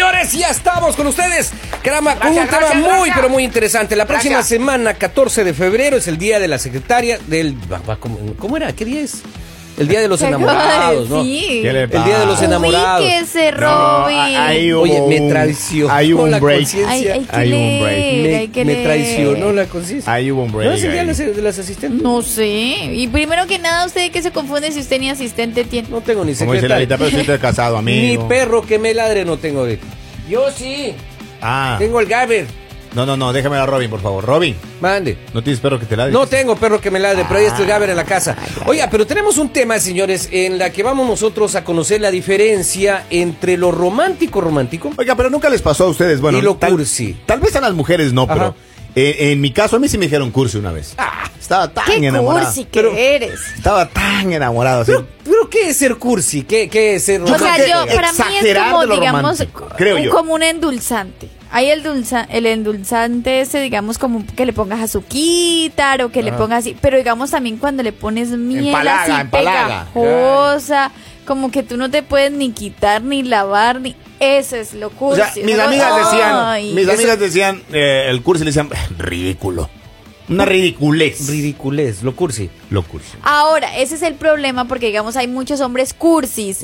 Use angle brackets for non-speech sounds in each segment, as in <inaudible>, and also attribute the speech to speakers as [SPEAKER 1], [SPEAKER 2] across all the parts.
[SPEAKER 1] Oh, ya estamos con ustedes. Crama, con
[SPEAKER 2] Gracias,
[SPEAKER 1] un tema
[SPEAKER 2] gracias,
[SPEAKER 1] muy,
[SPEAKER 2] gracias.
[SPEAKER 1] pero muy interesante. La próxima
[SPEAKER 2] Gracias.
[SPEAKER 1] semana, 14 de febrero, es el día de la secretaria del. va- va- ¿Cómo, cómo era? ¿Qué día es? El día de los
[SPEAKER 3] Ay,
[SPEAKER 1] enamorados, ¿no?
[SPEAKER 3] sí.
[SPEAKER 4] ¿Qué le
[SPEAKER 1] El día de los
[SPEAKER 4] pasa?
[SPEAKER 1] enamorados.
[SPEAKER 3] Ubíquese,
[SPEAKER 4] No, a-
[SPEAKER 3] Robin.
[SPEAKER 4] ahí hubo
[SPEAKER 1] Oye, me
[SPEAKER 4] un-
[SPEAKER 1] traicionó
[SPEAKER 4] Ahí hubo
[SPEAKER 1] la
[SPEAKER 4] un break.
[SPEAKER 1] conciencia.
[SPEAKER 3] Hay, hay que
[SPEAKER 4] Hay un
[SPEAKER 3] leer,
[SPEAKER 4] break.
[SPEAKER 1] me,
[SPEAKER 3] hay que
[SPEAKER 1] me
[SPEAKER 3] leer.
[SPEAKER 1] traicionó la conciencia.
[SPEAKER 4] Ahí hubo un break
[SPEAKER 1] ¿No es el día de
[SPEAKER 4] ahí.
[SPEAKER 1] las, de las asistentes?
[SPEAKER 3] No sé. Y primero que nada, ¿usted qué se confunde si usted ni asistente tiene?
[SPEAKER 1] No tengo ni
[SPEAKER 4] Como dice
[SPEAKER 1] secretaria.
[SPEAKER 4] Larita, pero sí estoy casado,
[SPEAKER 1] ni
[SPEAKER 4] amigo.
[SPEAKER 1] perro que me ladre no tengo ahorita. Yo sí.
[SPEAKER 4] Ah,
[SPEAKER 1] Tengo el Gaber.
[SPEAKER 4] no, no, no, déjame a Robin, por favor. Robin,
[SPEAKER 1] Mande.
[SPEAKER 4] no tienes perro que te ladre.
[SPEAKER 1] No tengo perro que me ladre, pero ahí está el Gaber en la casa. Oiga, pero tenemos un tema, señores, en la que vamos nosotros a conocer la diferencia entre lo romántico romántico.
[SPEAKER 4] Oiga, pero nunca les pasó a ustedes, bueno.
[SPEAKER 1] Y lo
[SPEAKER 4] tal,
[SPEAKER 1] cursi.
[SPEAKER 4] Tal vez a las mujeres no,
[SPEAKER 1] Ajá. Ah,
[SPEAKER 4] pero eh, en mi caso a mí sí me dijeron cursi una vez. Estaba tan
[SPEAKER 3] ¡Qué
[SPEAKER 4] enamorado.
[SPEAKER 3] cursi que
[SPEAKER 1] Pero-
[SPEAKER 3] eres!
[SPEAKER 4] Estaba tan enamorado. así.
[SPEAKER 1] Pero, pero ¿qué es ser cursi? ¿Qué, qué es ser
[SPEAKER 3] O sea,
[SPEAKER 1] romántico?
[SPEAKER 3] yo, para mí es
[SPEAKER 4] exagerar
[SPEAKER 3] como,
[SPEAKER 4] de lo
[SPEAKER 3] digamos,
[SPEAKER 4] romántico, creo
[SPEAKER 3] un-
[SPEAKER 4] yo.
[SPEAKER 3] como un endulzante. Hay el, dulza- el endulzante ese, digamos, como que le pongas azuquitar o que le pongas así. Pero digamos también cuando le pones miel
[SPEAKER 4] Ah. Empalaga,
[SPEAKER 3] así
[SPEAKER 4] empalaga.
[SPEAKER 3] pegajosa, como que tú no te puedes ni quitar ni lavar ni... Eso es lo
[SPEAKER 4] O
[SPEAKER 3] cursi.
[SPEAKER 4] sea,
[SPEAKER 3] es
[SPEAKER 4] mis
[SPEAKER 3] algo-
[SPEAKER 4] amigas
[SPEAKER 3] Ay.
[SPEAKER 4] decían, mis
[SPEAKER 3] Eso-
[SPEAKER 4] amigas decían, eh, el cursi le decían, ridículo. Una ridiculez.
[SPEAKER 1] Ridiculez, lo cursi.
[SPEAKER 4] Lo cursi.
[SPEAKER 3] Ahora, ese es el problema porque, digamos, hay muchos hombres cursis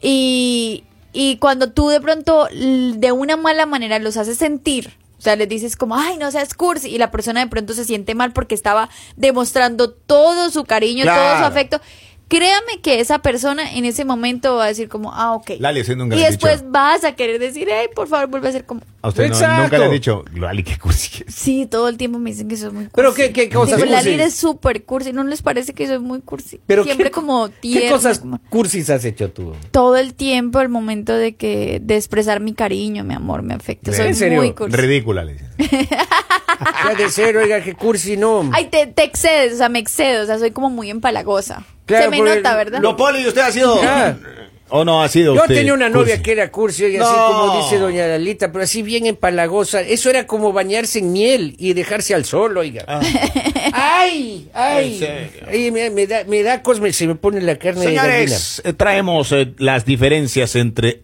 [SPEAKER 3] y, y cuando tú de pronto l- de una mala manera los haces sentir, o sea, les dices como, ay, no seas cursi y la persona de pronto se siente mal porque estaba demostrando todo su cariño, todo su
[SPEAKER 4] Claro.
[SPEAKER 3] afecto. Créame que esa persona en ese momento va a decir como, ah, ok.
[SPEAKER 4] Lali haciendo un
[SPEAKER 3] y
[SPEAKER 4] gran
[SPEAKER 3] después
[SPEAKER 4] dicho.
[SPEAKER 3] vas a querer decir, hey, por favor, vuelve a ser como,
[SPEAKER 4] A usted no-
[SPEAKER 1] Exacto.
[SPEAKER 4] nunca le han dicho, Lali, qué cursi que es.
[SPEAKER 3] sí, todo el tiempo me dicen que soy muy cursi.
[SPEAKER 1] Pero qué- qué cosas
[SPEAKER 3] Digo, Lali,
[SPEAKER 1] cursis.
[SPEAKER 3] eres súper cursi, ¿no les parece que soy muy cursi?
[SPEAKER 1] Pero
[SPEAKER 3] Siempre
[SPEAKER 1] ¿qué,
[SPEAKER 3] como tierna.
[SPEAKER 1] ¿Qué cosas
[SPEAKER 3] como-
[SPEAKER 1] cursis has hecho
[SPEAKER 3] <laughs>
[SPEAKER 1] tú?
[SPEAKER 3] todo el tiempo el momento de que de expresar mi cariño, mi amor, mi afecto.
[SPEAKER 1] ¿En
[SPEAKER 3] Soy
[SPEAKER 1] serio?
[SPEAKER 3] muy cursi.
[SPEAKER 4] Ridícula, le dicen.
[SPEAKER 1] Ya de ser, oiga, que cursi no.
[SPEAKER 3] Ay, te, te excedes, o sea, me excedo, o sea, soy como muy empalagosa.
[SPEAKER 1] Claro,
[SPEAKER 3] Se me
[SPEAKER 1] porque
[SPEAKER 3] nota, ¿verdad?
[SPEAKER 4] Lo poli, usted ha sido.
[SPEAKER 1] Ah.
[SPEAKER 4] O no ha sido.
[SPEAKER 1] Yo
[SPEAKER 4] usted
[SPEAKER 1] tenía una
[SPEAKER 4] cursi?
[SPEAKER 1] novia que era cursi, y así
[SPEAKER 4] No.
[SPEAKER 1] como dice doña Lalita, pero así bien empalagosa. Eso era como bañarse en miel y dejarse al sol, oiga. <laughs> ¡Ay!
[SPEAKER 4] Ah. En
[SPEAKER 1] ¡Ay!
[SPEAKER 4] serio.
[SPEAKER 1] Ay, me, me da, me da cosme, se me pone la carne
[SPEAKER 4] Señores, eh, traemos eh, las diferencias entre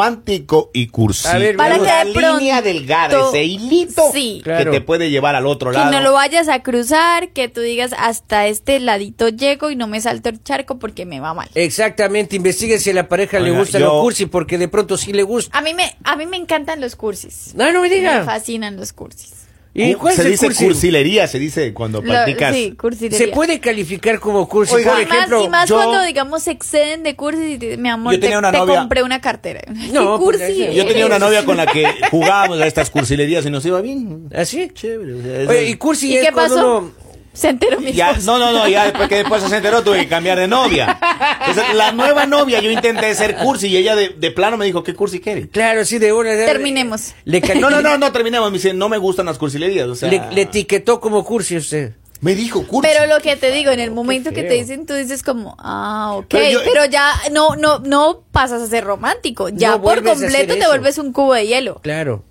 [SPEAKER 4] romántico y cursi.
[SPEAKER 1] A ver,
[SPEAKER 3] Para
[SPEAKER 1] Pero
[SPEAKER 3] que de
[SPEAKER 4] la
[SPEAKER 3] pronto,
[SPEAKER 4] línea delgada, ese hilito
[SPEAKER 3] Sí.
[SPEAKER 1] Claro.
[SPEAKER 4] que te puede llevar al otro
[SPEAKER 3] que
[SPEAKER 4] lado.
[SPEAKER 3] no lo vayas a cruzar, que tú digas hasta este ladito llego y no me salto el charco porque me va mal.
[SPEAKER 1] de gallina. Exactamente, investigue si a la pareja le
[SPEAKER 4] Oiga,
[SPEAKER 1] gusta
[SPEAKER 4] yo-
[SPEAKER 1] lo cursi, porque de pronto sí le gusta.
[SPEAKER 3] A mí me a mí me encantan los cursis.
[SPEAKER 1] No, no me
[SPEAKER 3] Me
[SPEAKER 1] diga.
[SPEAKER 3] fascinan los cursis.
[SPEAKER 1] ¿Y cuál
[SPEAKER 4] Uh, se
[SPEAKER 1] es el
[SPEAKER 4] dice
[SPEAKER 1] cursi?
[SPEAKER 4] cursilería, se dice cuando
[SPEAKER 3] Lo-
[SPEAKER 4] practicas.
[SPEAKER 3] sí, cursilería.
[SPEAKER 1] Se puede calificar como cursi,
[SPEAKER 4] Oiga,
[SPEAKER 1] por
[SPEAKER 3] Y más,
[SPEAKER 1] ejemplo.
[SPEAKER 3] y más
[SPEAKER 4] yo-
[SPEAKER 3] cuando, digamos, se exceden de cursis y te- mi amor,
[SPEAKER 4] Yo tenía
[SPEAKER 3] te,
[SPEAKER 4] una
[SPEAKER 3] te
[SPEAKER 4] novia-
[SPEAKER 3] compré una cartera. <laughs>
[SPEAKER 1] No,
[SPEAKER 3] ¿Qué
[SPEAKER 1] pues,
[SPEAKER 3] cursi
[SPEAKER 1] yo <laughs>
[SPEAKER 4] Yo tenía una
[SPEAKER 3] eres?
[SPEAKER 4] novia con la que jugábamos a estas cursilerías y nos iba bien.
[SPEAKER 1] ¿Así?
[SPEAKER 4] Chévere. o sea, es-
[SPEAKER 1] ¿Ah, Oye, y cursi
[SPEAKER 3] ¿Y
[SPEAKER 1] es
[SPEAKER 3] qué
[SPEAKER 1] cuando
[SPEAKER 3] pasó?
[SPEAKER 1] uno-
[SPEAKER 3] Se enteró mi
[SPEAKER 4] Ya,
[SPEAKER 3] esposo.
[SPEAKER 4] no, no, no, ya después que después se enteró tuve que cambiar de novia. Entonces, la nueva novia, yo intenté ser cursi y ella de, de plano me dijo, ¿qué cursi quieres?
[SPEAKER 1] Claro, sí, de una. de-
[SPEAKER 3] Terminemos.
[SPEAKER 1] Le cali-
[SPEAKER 4] No, no, no, no terminamos. Me dice, no me gustan las cursilerías. O sea,
[SPEAKER 1] Le, le etiquetó como cursi usted.
[SPEAKER 4] me dijo cursi.
[SPEAKER 3] Pero lo que te digo, en el momento que
[SPEAKER 1] feo.
[SPEAKER 3] te dicen, tú dices como, ah, ok,
[SPEAKER 4] Pero
[SPEAKER 3] pero,
[SPEAKER 4] yo-
[SPEAKER 3] ya no, no, no pasas a ser romántico. Ya
[SPEAKER 1] No
[SPEAKER 3] por
[SPEAKER 1] vuelves a hacer
[SPEAKER 3] completo te
[SPEAKER 1] eso.
[SPEAKER 3] vuelves un cubo de hielo.
[SPEAKER 1] Claro.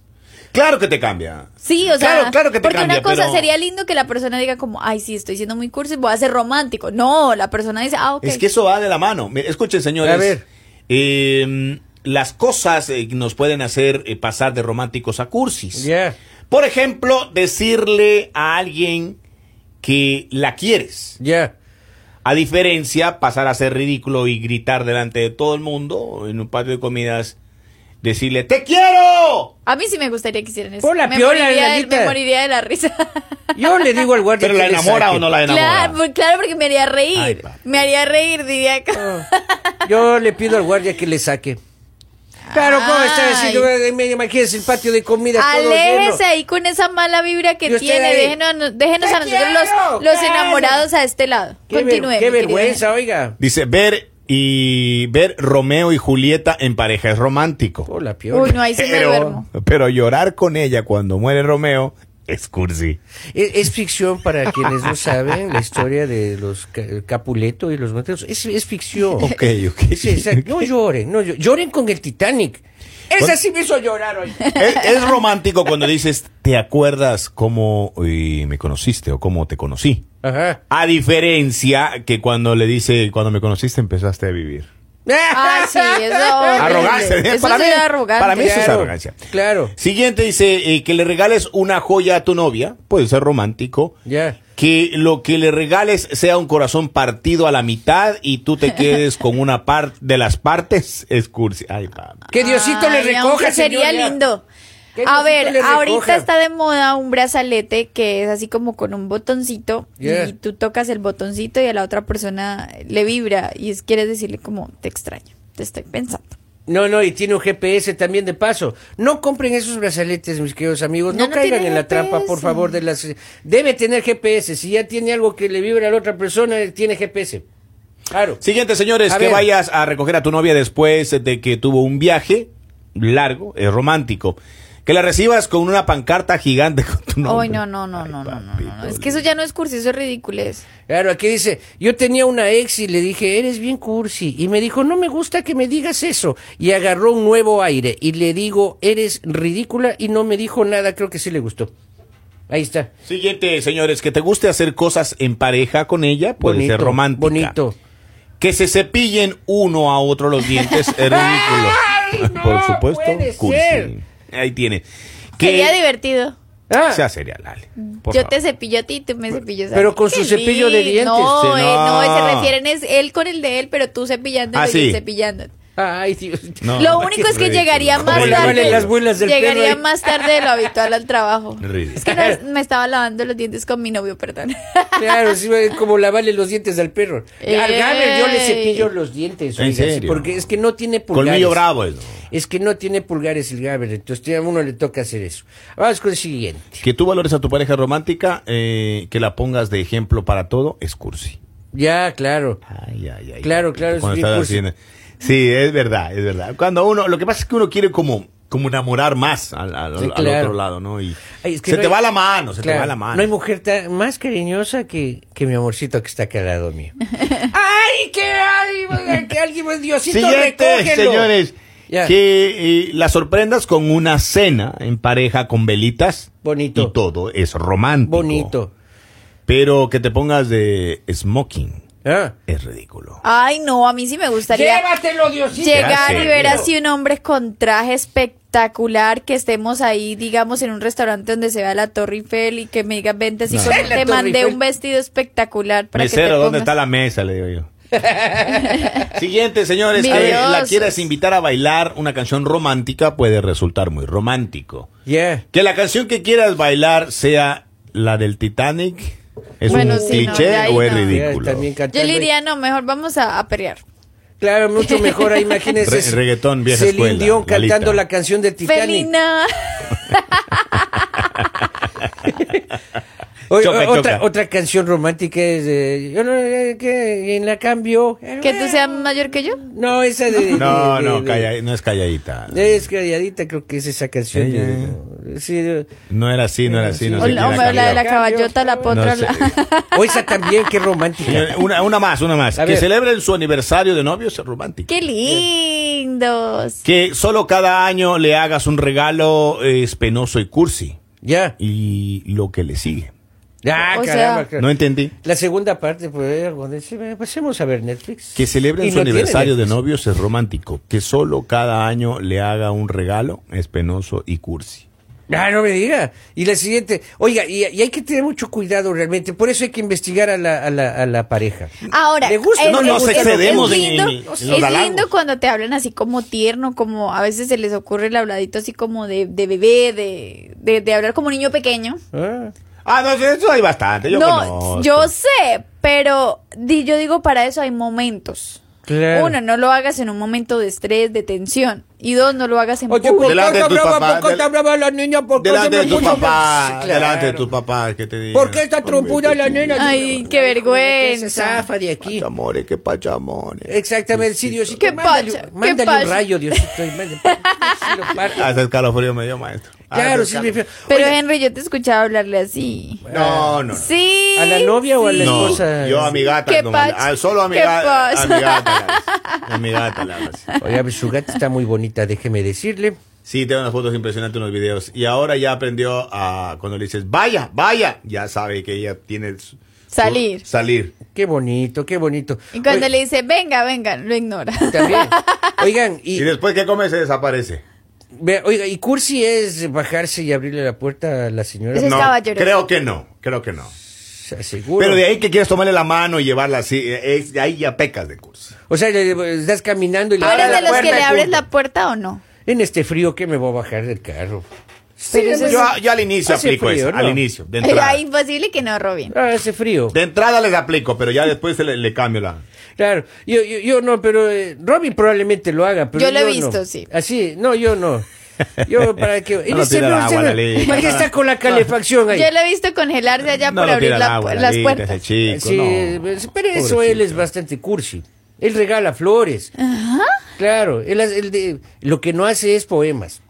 [SPEAKER 4] Claro que te cambia.
[SPEAKER 3] Sí, o sea,
[SPEAKER 4] Claro, claro que te
[SPEAKER 3] porque
[SPEAKER 4] cambia,
[SPEAKER 3] una cosa
[SPEAKER 4] pero-
[SPEAKER 3] sería lindo que la persona diga como, ay, sí, estoy siendo muy cursi, voy a ser romántico. No, la persona dice, ah, ok.
[SPEAKER 4] Es que eso va de la mano. Mire, Escuchen, señores.
[SPEAKER 1] A ver.
[SPEAKER 4] eh, las cosas eh, nos pueden hacer eh, pasar de románticos a cursis.
[SPEAKER 1] Ya.
[SPEAKER 4] Por ejemplo, decirle a alguien que la quieres.
[SPEAKER 1] Ya.
[SPEAKER 4] A diferencia, pasar a ser ridículo y gritar delante de todo el mundo en un patio de comidas, decirle, ¡Te quiero!
[SPEAKER 3] A mí sí me gustaría que hicieran eso.
[SPEAKER 1] Pon la
[SPEAKER 3] me,
[SPEAKER 1] piola,
[SPEAKER 3] moriría de,
[SPEAKER 1] Lalita.
[SPEAKER 3] me moriría de la
[SPEAKER 4] <laughs>
[SPEAKER 3] risa.
[SPEAKER 1] Yo le digo al guardia.
[SPEAKER 4] Pero la
[SPEAKER 1] que le
[SPEAKER 4] enamora
[SPEAKER 1] saque.
[SPEAKER 4] o no la enamora.
[SPEAKER 3] claro, por- claro, porque me haría reír.
[SPEAKER 4] Ay, papá.
[SPEAKER 3] me haría reír, diría.
[SPEAKER 1] Ah, Yo le pido al guardia que le saque. Claro, ¿cómo está
[SPEAKER 3] Ay.
[SPEAKER 1] diciendo? Imagínense el patio de comida todo lleno.
[SPEAKER 3] Aléjese ahí con esa mala vibra
[SPEAKER 1] Y
[SPEAKER 3] que
[SPEAKER 1] usted
[SPEAKER 3] tiene.
[SPEAKER 1] ahí.
[SPEAKER 3] Déjenos, déjenos
[SPEAKER 1] ¡Te
[SPEAKER 3] a nosotros
[SPEAKER 1] quiero!
[SPEAKER 3] los, los
[SPEAKER 1] ¡Claro!
[SPEAKER 3] enamorados a este lado.
[SPEAKER 1] Qué, ver-
[SPEAKER 3] Continúe. mi
[SPEAKER 1] qué
[SPEAKER 3] querido
[SPEAKER 1] vergüenza, oiga.
[SPEAKER 4] Dice, ver y ver Romeo y Julieta en pareja es romántico.
[SPEAKER 1] Por la piola.
[SPEAKER 3] Eugenio. Uy, no, ahí sí me
[SPEAKER 4] pero,
[SPEAKER 3] duermo.
[SPEAKER 4] pero llorar con ella cuando muere Romeo es cursi.
[SPEAKER 1] Es, es ficción para quienes no saben la historia de los Ca- Capuleto y los Mateos. Es, es ficción.
[SPEAKER 4] <laughs> Ok, ok.
[SPEAKER 1] Es- <laughs> es- no lloren, no lloren. Lloren con el Titanic. Esa sí me hizo llorar hoy.
[SPEAKER 4] Es, es romántico cuando dices, ¿te acuerdas cómo uy, me conociste o cómo te conocí?
[SPEAKER 1] Ajá.
[SPEAKER 4] A diferencia que cuando le dice, cuando me conociste empezaste a vivir.
[SPEAKER 3] Ay, Ah, sí,
[SPEAKER 4] <laughs>
[SPEAKER 3] eso.
[SPEAKER 1] <laughs>
[SPEAKER 4] Arrogancia.
[SPEAKER 3] Eso
[SPEAKER 4] ¿eh? para, mí,
[SPEAKER 3] sería arrogante.
[SPEAKER 4] para mí eso es
[SPEAKER 1] Claro,
[SPEAKER 4] arrogancia.
[SPEAKER 1] claro.
[SPEAKER 4] Siguiente dice eh, que le regales una joya a tu novia. Puede ser romántico.
[SPEAKER 1] Ya.
[SPEAKER 4] Que lo que le regales sea un corazón partido a la mitad y tú te quedes con una parte de las partes. Es cursi. Ay, papi.
[SPEAKER 1] Que Diosito
[SPEAKER 3] Ay,
[SPEAKER 1] le
[SPEAKER 3] aunque
[SPEAKER 1] recoja,
[SPEAKER 3] Sería
[SPEAKER 1] señora.
[SPEAKER 3] lindo.
[SPEAKER 1] Que
[SPEAKER 3] A
[SPEAKER 1] Diosito
[SPEAKER 3] ver,
[SPEAKER 1] le recoja.
[SPEAKER 3] ahorita está de moda un brazalete que es así como con un botoncito
[SPEAKER 1] Yeah.
[SPEAKER 3] y tú tocas el botoncito y a la otra persona le vibra y es, quieres decirle como te extraño, te estoy pensando.
[SPEAKER 1] No, no, y tiene un GPS también de paso. No compren esos brazaletes, mis queridos amigos. No,
[SPEAKER 3] No, no
[SPEAKER 1] caigan
[SPEAKER 3] tiene
[SPEAKER 1] en la
[SPEAKER 3] GPS.
[SPEAKER 1] trampa, por favor, de las... Debe tener GPS. Si ya tiene algo que le vibra a la otra persona, tiene GPS. Claro.
[SPEAKER 4] Siguiente, señores,
[SPEAKER 1] A
[SPEAKER 4] que
[SPEAKER 1] ver.
[SPEAKER 4] vayas a recoger a tu novia después de que tuvo un viaje largo, es romántico. Que la recibas con una pancarta gigante con tu nombre.
[SPEAKER 3] Ay, no, no, no,
[SPEAKER 4] Ay,
[SPEAKER 3] no, no, no,
[SPEAKER 4] papito
[SPEAKER 3] no, no. Es que eso ya no es cursi, eso es ridiculez.
[SPEAKER 1] Claro, aquí dice, yo tenía una ex y le dije, eres bien cursi. Y me dijo, no me gusta que me digas eso. Y agarró un nuevo aire. Y le digo, eres ridícula. Y no me dijo nada, creo que sí le gustó. Ahí está.
[SPEAKER 4] Siguiente, señores, que te guste hacer cosas en pareja con ella, puede
[SPEAKER 1] bonito,
[SPEAKER 4] ser romántica.
[SPEAKER 1] Bonito.
[SPEAKER 4] Que se cepillen uno a otro los
[SPEAKER 1] <laughs>
[SPEAKER 4] dientes es ridículo.
[SPEAKER 1] no,
[SPEAKER 4] Por supuesto,
[SPEAKER 1] puede
[SPEAKER 4] cursi.
[SPEAKER 1] ser.
[SPEAKER 4] Ahí tiene.
[SPEAKER 3] Sería
[SPEAKER 4] Que
[SPEAKER 3] divertido.
[SPEAKER 1] Ah,
[SPEAKER 4] sea serial, dale. por
[SPEAKER 3] Yo
[SPEAKER 4] favor.
[SPEAKER 3] te cepillo a ti, tú me cepillas a
[SPEAKER 1] Pero
[SPEAKER 3] mí.
[SPEAKER 1] con su
[SPEAKER 3] Qué
[SPEAKER 1] cepillo de
[SPEAKER 3] lindo.
[SPEAKER 1] dientes.
[SPEAKER 3] No,
[SPEAKER 4] Sí,
[SPEAKER 3] eh, no,
[SPEAKER 4] no.
[SPEAKER 3] se refieren es él con el de él, pero tú cepillándolo
[SPEAKER 4] Ah,
[SPEAKER 3] y
[SPEAKER 4] sí.
[SPEAKER 3] él cepillándote.
[SPEAKER 1] Ah, ay, Dios.
[SPEAKER 4] No,
[SPEAKER 3] lo
[SPEAKER 4] qué
[SPEAKER 3] único es que
[SPEAKER 4] ridículo.
[SPEAKER 3] llegaría
[SPEAKER 4] Como
[SPEAKER 3] más
[SPEAKER 4] le
[SPEAKER 3] tarde.
[SPEAKER 4] huelen las
[SPEAKER 1] vuelas del
[SPEAKER 3] llegaría
[SPEAKER 1] perro ahí.
[SPEAKER 3] más tarde de lo habitual al
[SPEAKER 4] <laughs>
[SPEAKER 3] trabajo.
[SPEAKER 4] Ridículo.
[SPEAKER 3] Es que no- me estaba lavando los dientes con mi novio, perdón.
[SPEAKER 1] <laughs>
[SPEAKER 3] <laughs>
[SPEAKER 1] Claro, sí, es como lavarle los dientes al perro. Al
[SPEAKER 3] Ey.
[SPEAKER 1] Gaber yo le cepillo los dientes.
[SPEAKER 4] Eh. ¿En
[SPEAKER 1] oiga, sí,
[SPEAKER 4] serio?
[SPEAKER 1] Porque es que no tiene pulgares.
[SPEAKER 4] Colmillo bravo eso.
[SPEAKER 1] Es que no tiene pulgares el Gaber, entonces a uno le toca hacer eso. Vamos con el siguiente.
[SPEAKER 4] Que tú valores a tu pareja romántica, eh, que la pongas de ejemplo para todo, es cursi.
[SPEAKER 1] Ya, claro.
[SPEAKER 4] Ay, ay, ay.
[SPEAKER 1] Claro, claro, es
[SPEAKER 4] Cuando
[SPEAKER 1] bien
[SPEAKER 4] estás
[SPEAKER 1] cursi.
[SPEAKER 4] haciendo- Sí, es verdad, es verdad. Cuando uno, lo que pasa es que uno quiere como, como enamorar más al, al-
[SPEAKER 1] Sí,
[SPEAKER 4] al
[SPEAKER 1] claro.
[SPEAKER 4] otro lado, ¿no? Y
[SPEAKER 1] Ay, es que
[SPEAKER 4] se
[SPEAKER 1] no
[SPEAKER 4] te
[SPEAKER 1] hay-
[SPEAKER 4] va la mano, se
[SPEAKER 1] Claro,
[SPEAKER 4] te va la mano.
[SPEAKER 1] No hay mujer tan- más cariñosa que, que mi amorcito que está acá al lado mío. <laughs> ¡Ay, que, ay, que alguien, Diosito,
[SPEAKER 4] Siguiente,
[SPEAKER 1] recógelo!
[SPEAKER 4] señores,
[SPEAKER 1] Ya.
[SPEAKER 4] que eh, la sorprendas con una cena en pareja con velitas.
[SPEAKER 1] Bonito.
[SPEAKER 4] Y todo es romántico.
[SPEAKER 1] Bonito.
[SPEAKER 4] Pero que te pongas de smoking
[SPEAKER 1] Ah.
[SPEAKER 4] es ridículo.
[SPEAKER 3] Ay, no, a mí sí me gustaría
[SPEAKER 1] Llévatelo, Diosito.
[SPEAKER 3] llegar y
[SPEAKER 4] Gracias,
[SPEAKER 3] ver
[SPEAKER 4] Dios.
[SPEAKER 3] así un hombre con traje espectacular que estemos ahí, digamos, en un restaurante donde se vea la Torre Eiffel y que me digan, vente así,
[SPEAKER 1] No.
[SPEAKER 3] con-
[SPEAKER 1] Sí, <laughs> la Torre
[SPEAKER 3] te mandé
[SPEAKER 1] Eiffel.
[SPEAKER 3] un vestido espectacular para que te
[SPEAKER 4] Mesero, ¿dónde
[SPEAKER 3] pongas.
[SPEAKER 4] está la mesa? Le digo yo.
[SPEAKER 1] <laughs>
[SPEAKER 4] Siguiente, señores, que
[SPEAKER 3] Videosos.
[SPEAKER 4] la quieres invitar a bailar una canción romántica puede resultar muy romántico.
[SPEAKER 1] Yeah.
[SPEAKER 4] Que la canción que quieras bailar sea la del Titanic. ¿Es
[SPEAKER 3] Bueno,
[SPEAKER 4] un
[SPEAKER 3] sí, no, de
[SPEAKER 4] cliché
[SPEAKER 3] ahí
[SPEAKER 4] o es
[SPEAKER 3] no.
[SPEAKER 4] ridículo?
[SPEAKER 1] Ya, también
[SPEAKER 3] Yo
[SPEAKER 1] cantando.
[SPEAKER 3] le diría, no, mejor vamos a, a pelear.
[SPEAKER 1] Claro, mucho mejor, ahí, imagínense.
[SPEAKER 4] <laughs> Re- reggaetón, vieja
[SPEAKER 1] Celine
[SPEAKER 4] escuela,
[SPEAKER 1] Dion cantando
[SPEAKER 4] Lalita.
[SPEAKER 1] la canción de Titanic.
[SPEAKER 3] Felina.
[SPEAKER 1] Oye,
[SPEAKER 4] Choca,
[SPEAKER 1] o- otra,
[SPEAKER 4] choca.
[SPEAKER 1] otra canción romántica es eh, yo no eh, que en la cambio eh,
[SPEAKER 3] ¿Que tú seas mayor que yo?
[SPEAKER 1] no esa de, de-
[SPEAKER 3] <laughs>
[SPEAKER 4] No,
[SPEAKER 1] de-
[SPEAKER 4] no,
[SPEAKER 1] de-
[SPEAKER 4] calla- no es calladita.
[SPEAKER 3] Eh,
[SPEAKER 1] es calladita creo que es esa canción
[SPEAKER 4] Ella,
[SPEAKER 1] de- sí, de-
[SPEAKER 4] No era así, no era así. No
[SPEAKER 3] o
[SPEAKER 4] sé
[SPEAKER 3] la,
[SPEAKER 4] quién
[SPEAKER 3] o la de la
[SPEAKER 4] cambió.
[SPEAKER 3] caballota, la potra,
[SPEAKER 4] sé.
[SPEAKER 3] la-
[SPEAKER 1] o esa también qué romántica
[SPEAKER 4] Señor, Una, una más, una más.
[SPEAKER 1] A
[SPEAKER 4] que
[SPEAKER 1] ver.
[SPEAKER 4] celebren su aniversario de novios es romántico.
[SPEAKER 3] ¡Qué lindos!
[SPEAKER 4] Que solo cada año le hagas un regalo eh, es penoso y cursi.
[SPEAKER 1] ya
[SPEAKER 4] Y lo que le sigue.
[SPEAKER 1] ya
[SPEAKER 3] O sea-
[SPEAKER 1] caramba claro.
[SPEAKER 4] No entendí.
[SPEAKER 1] la segunda parte pues eh, cuando sí, eh, pasemos a ver Netflix
[SPEAKER 4] Que celebren
[SPEAKER 1] Y
[SPEAKER 4] su
[SPEAKER 1] no tiene
[SPEAKER 4] aniversario de
[SPEAKER 1] Netflix.
[SPEAKER 4] novios es romántico. Que solo cada año le haga un regalo es penoso y cursi.
[SPEAKER 1] Ah, no me diga. Y la siguiente, oiga, y, y hay que tener mucho cuidado realmente, por eso hay que investigar a la, a la, a la pareja.
[SPEAKER 3] Ahora, eh,
[SPEAKER 1] Le gusta,
[SPEAKER 4] no nos excedemos en-
[SPEAKER 3] lindo,
[SPEAKER 4] en- en los
[SPEAKER 3] es
[SPEAKER 4] halagos.
[SPEAKER 3] lindo cuando te hablan así como tierno, como a veces se les ocurre el habladito así como de, de bebé, de, de, de hablar como niño pequeño.
[SPEAKER 1] Ah.
[SPEAKER 4] Ah, no, eso hay bastante. Yo
[SPEAKER 3] no,
[SPEAKER 4] conozco.
[SPEAKER 3] yo sé, pero di- yo digo para eso hay momentos.
[SPEAKER 1] Claro.
[SPEAKER 3] Uno, no lo hagas en un momento de estrés, de tensión. Y dos, no lo hagas en
[SPEAKER 1] Oye,
[SPEAKER 3] público.
[SPEAKER 1] ¿por
[SPEAKER 4] Delante
[SPEAKER 1] qué
[SPEAKER 4] de tus
[SPEAKER 1] está brava?
[SPEAKER 4] papás,
[SPEAKER 1] ¿Por qué está
[SPEAKER 4] del-
[SPEAKER 1] brava la niña? ¿Por qué
[SPEAKER 4] Delante
[SPEAKER 1] se
[SPEAKER 4] de
[SPEAKER 1] me
[SPEAKER 4] tus
[SPEAKER 1] puso-
[SPEAKER 4] papás,
[SPEAKER 1] Sí, claro.
[SPEAKER 4] delante de tus papás, que te digan.
[SPEAKER 1] ¿Por qué está trompuda
[SPEAKER 4] trompura
[SPEAKER 1] la nena?
[SPEAKER 3] Ay, qué
[SPEAKER 1] Ay, joder,
[SPEAKER 3] vergüenza.
[SPEAKER 1] que se zafa de aquí.
[SPEAKER 4] Pachamores, qué pachamores.
[SPEAKER 1] Exactamente, sí, Diosito.
[SPEAKER 3] ¿Qué
[SPEAKER 1] mándale-
[SPEAKER 3] pasa? ¿Qué
[SPEAKER 1] Mándale un
[SPEAKER 3] pasa?
[SPEAKER 1] rayo, Diosito. y mándale- sí
[SPEAKER 4] <laughs>
[SPEAKER 1] lo parto.
[SPEAKER 4] Hasta Ah, escalofrío me dio, maestro.
[SPEAKER 1] Claro, sí,
[SPEAKER 4] Hasta
[SPEAKER 1] mi
[SPEAKER 4] escalofrío.
[SPEAKER 1] feo.
[SPEAKER 3] Pero
[SPEAKER 1] Oiga,
[SPEAKER 3] Henry, yo te escuchaba hablarle así.
[SPEAKER 4] No, no. no.
[SPEAKER 3] Sí.
[SPEAKER 1] ¿a la novia o a la
[SPEAKER 3] sí.
[SPEAKER 4] No,
[SPEAKER 1] esposa.
[SPEAKER 4] yo a mi gata
[SPEAKER 3] ¿Qué
[SPEAKER 4] no mando-
[SPEAKER 3] pasa?
[SPEAKER 4] ah, solo a mi
[SPEAKER 3] ¿Qué
[SPEAKER 4] gata, a
[SPEAKER 3] pasa?
[SPEAKER 4] mi gata, la- a mi gata la hablo así.
[SPEAKER 1] Oiga, pues, su gata está muy bonita, déjeme decirle.
[SPEAKER 4] Sí, tengo unas fotos impresionantes, unos videos. Y ahora ya aprendió a cuando le dices, vaya, vaya, ya sabe que ella tiene su,
[SPEAKER 3] Salir.
[SPEAKER 4] Salir.
[SPEAKER 1] Qué bonito, qué bonito.
[SPEAKER 3] Y cuando
[SPEAKER 1] Oye,
[SPEAKER 3] le dice, venga, venga, lo ignora.
[SPEAKER 1] También. Oigan,
[SPEAKER 4] <laughs>
[SPEAKER 1] y,
[SPEAKER 4] Y después que come se desaparece.
[SPEAKER 1] vea, oiga, y cursi es bajarse y abrirle la puerta a la señora.
[SPEAKER 3] Ese es
[SPEAKER 4] No,
[SPEAKER 3] caballero.
[SPEAKER 4] creo que no, creo que no.
[SPEAKER 1] Se aseguro.
[SPEAKER 4] Pero de ahí que quieres tomarle la mano y llevarla así, eh, es- de ahí ya pecas de curso.
[SPEAKER 1] O sea, le- le- estás caminando y
[SPEAKER 3] ¿Tú
[SPEAKER 1] le
[SPEAKER 3] eres
[SPEAKER 1] abres
[SPEAKER 3] de
[SPEAKER 1] la
[SPEAKER 3] los que
[SPEAKER 1] puerta.
[SPEAKER 3] le
[SPEAKER 1] y
[SPEAKER 3] abres
[SPEAKER 1] punto.
[SPEAKER 3] la puerta o no?
[SPEAKER 1] En este frío que me voy a bajar del carro.
[SPEAKER 3] Pero eso es-
[SPEAKER 4] yo, yo al inicio
[SPEAKER 1] Hace
[SPEAKER 4] aplico
[SPEAKER 1] frío,
[SPEAKER 4] eso,
[SPEAKER 1] ¿no?
[SPEAKER 4] al inicio,
[SPEAKER 1] <laughs>
[SPEAKER 4] de entrada.
[SPEAKER 3] Era imposible que no, Robin.
[SPEAKER 1] Ah, hace frío.
[SPEAKER 4] De entrada les aplico, pero ya después se le, le cambio la...
[SPEAKER 1] Claro, yo, yo, yo no, pero eh, Robin probablemente lo haga. Pero
[SPEAKER 3] Yo lo he
[SPEAKER 1] no.
[SPEAKER 3] visto, sí.
[SPEAKER 1] Así, no, yo no.
[SPEAKER 3] <laughs>
[SPEAKER 1] Yo para que... en
[SPEAKER 4] lo
[SPEAKER 1] este
[SPEAKER 4] tira al
[SPEAKER 1] frío,
[SPEAKER 4] agua,
[SPEAKER 1] usted-
[SPEAKER 4] Lalita.
[SPEAKER 1] ¿Para qué está con la calefacción ahí?
[SPEAKER 3] Yo lo he visto congelarse allá
[SPEAKER 4] No
[SPEAKER 3] por
[SPEAKER 4] lo
[SPEAKER 3] abrir
[SPEAKER 4] tira al
[SPEAKER 3] la-
[SPEAKER 4] agua,
[SPEAKER 3] las
[SPEAKER 4] Lalita,
[SPEAKER 3] puertas.
[SPEAKER 4] ese chico,
[SPEAKER 1] Sí, pues,
[SPEAKER 4] no.
[SPEAKER 1] pero eso él es bastante cursi. Él regala flores. Claro, él, hace- él de- lo que no hace es poemas.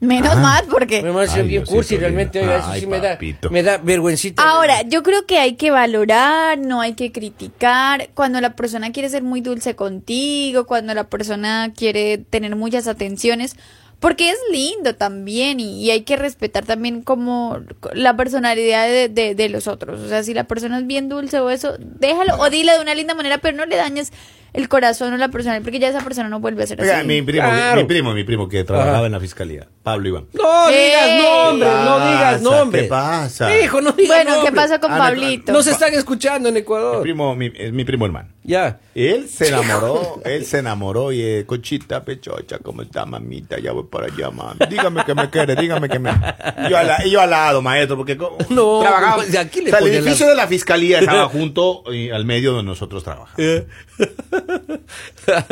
[SPEAKER 3] Menos mal porque...
[SPEAKER 1] Me hace bien
[SPEAKER 4] Ay, Diosito
[SPEAKER 1] cursi,
[SPEAKER 4] lindo.
[SPEAKER 1] realmente oiga, eso
[SPEAKER 4] Ay,
[SPEAKER 1] sí me da,
[SPEAKER 4] papito.
[SPEAKER 1] me da vergüencita.
[SPEAKER 3] Ahora, yo creo que hay que valorar, no hay que criticar. Cuando la persona quiere ser muy dulce contigo, cuando la persona quiere tener muchas atenciones, porque es lindo también y, y hay que respetar también como la personalidad de, de- de los otros. O sea, si la persona es bien dulce o eso, déjalo o dile de una linda manera, pero no le dañes el corazón o la personalidad, porque ya esa persona no vuelve a ser así.
[SPEAKER 4] Oiga, mi, primo,
[SPEAKER 1] claro.
[SPEAKER 4] mi primo, mi primo que trabajaba
[SPEAKER 1] Ajá.
[SPEAKER 4] en la fiscalía, Pablo Iván.
[SPEAKER 1] No digas
[SPEAKER 3] ¡Ey!
[SPEAKER 1] nombres, no
[SPEAKER 4] ¿Qué
[SPEAKER 1] digas
[SPEAKER 4] pasa?
[SPEAKER 1] nombres.
[SPEAKER 4] ¿Qué pasa?
[SPEAKER 1] Hijo, no digas
[SPEAKER 3] bueno, ¿qué
[SPEAKER 1] nombres.
[SPEAKER 3] pasa con
[SPEAKER 4] Ah, no,
[SPEAKER 3] Pablito?
[SPEAKER 1] Nos están escuchando en
[SPEAKER 4] Mi
[SPEAKER 1] Ecuador.
[SPEAKER 4] primo, mi- es mi primo hermano.
[SPEAKER 1] Ya.
[SPEAKER 4] Él se enamoró, él se enamoró y eh, Conchita Pechocha, ¿cómo está mamita? Ya voy para allá, mami. Dígame que me quiere, dígame que me... Yo al, la- yo al lado, maestro, porque como-
[SPEAKER 1] No,
[SPEAKER 4] trabajaba...
[SPEAKER 1] pues, de aquí le
[SPEAKER 4] o sea, el
[SPEAKER 1] ponen
[SPEAKER 4] edificio
[SPEAKER 1] la-
[SPEAKER 4] de la fiscalía
[SPEAKER 1] <laughs>
[SPEAKER 4] estaba junto eh, al medio donde nosotros trabajamos.
[SPEAKER 1] Eh.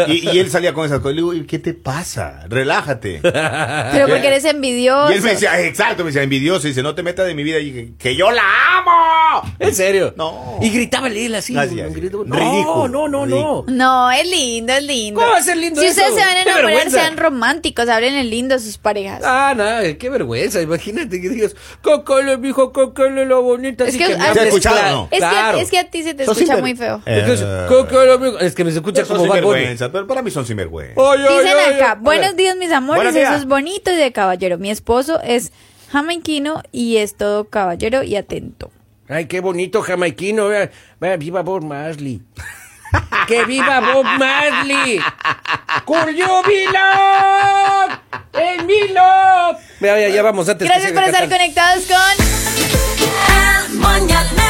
[SPEAKER 4] Y, y él salía con esas cosas. Le digo, "¿Y ¿qué te pasa?
[SPEAKER 1] <laughs>
[SPEAKER 4] Relájate.
[SPEAKER 3] pero porque eres envidioso.
[SPEAKER 4] Y él me decía, "Ah, exacto, me decía, envidioso. Y dice, no te metas de mi vida. Y dije, que yo la amo.
[SPEAKER 1] <laughs> ¿En serio?
[SPEAKER 4] No.
[SPEAKER 1] Y gritaba él así.
[SPEAKER 4] Así, así.
[SPEAKER 1] gritaba-
[SPEAKER 4] Ridículo,
[SPEAKER 1] No, no, no, no.
[SPEAKER 4] ridículo.
[SPEAKER 3] No, es lindo, es lindo.
[SPEAKER 1] ¿Cómo va a ser lindo
[SPEAKER 3] Si
[SPEAKER 1] eso?
[SPEAKER 3] ustedes se van a
[SPEAKER 1] ¡Qué
[SPEAKER 3] enamorar,
[SPEAKER 1] vergüenza!
[SPEAKER 3] sean románticos, hablen el lindo a sus parejas.
[SPEAKER 1] Ah, nada, qué vergüenza. Imagínate que digas, cócale, mijo, cócale lo bonita.
[SPEAKER 3] Es
[SPEAKER 1] así
[SPEAKER 3] que-
[SPEAKER 1] me
[SPEAKER 3] ¿Te has
[SPEAKER 1] hables
[SPEAKER 4] escuchado
[SPEAKER 1] cla-
[SPEAKER 4] o no?
[SPEAKER 3] es,
[SPEAKER 1] Claro.
[SPEAKER 3] que, es que a ti se te
[SPEAKER 4] Sos
[SPEAKER 3] escucha
[SPEAKER 4] sinver-
[SPEAKER 3] muy feo.
[SPEAKER 4] Eh,
[SPEAKER 1] Entonces, cócale, mijo. Es que me escucha
[SPEAKER 4] son
[SPEAKER 1] como Bad Bunny.
[SPEAKER 4] sinvergüenza, pero para mí son sinvergüenza.
[SPEAKER 1] Oy, oy,
[SPEAKER 3] Dicen
[SPEAKER 1] oy,
[SPEAKER 3] acá,
[SPEAKER 1] oy.
[SPEAKER 3] buenos días mis amores,
[SPEAKER 4] Buenos
[SPEAKER 3] eso
[SPEAKER 4] días.
[SPEAKER 3] es bonito y de caballero. Mi esposo es jamaiquino y es todo caballero y atento.
[SPEAKER 1] Ay, qué bonito jamaiquino. Vea, vea, viva Bob Marley. ¡Que viva Bob Marley! ¡Curio Milop! ¡En Milop! Vea, ya, ya vamos antes que
[SPEAKER 3] Gracias
[SPEAKER 1] siga
[SPEAKER 3] por estar
[SPEAKER 1] cantando.
[SPEAKER 3] conectados con...
[SPEAKER 2] El mañanero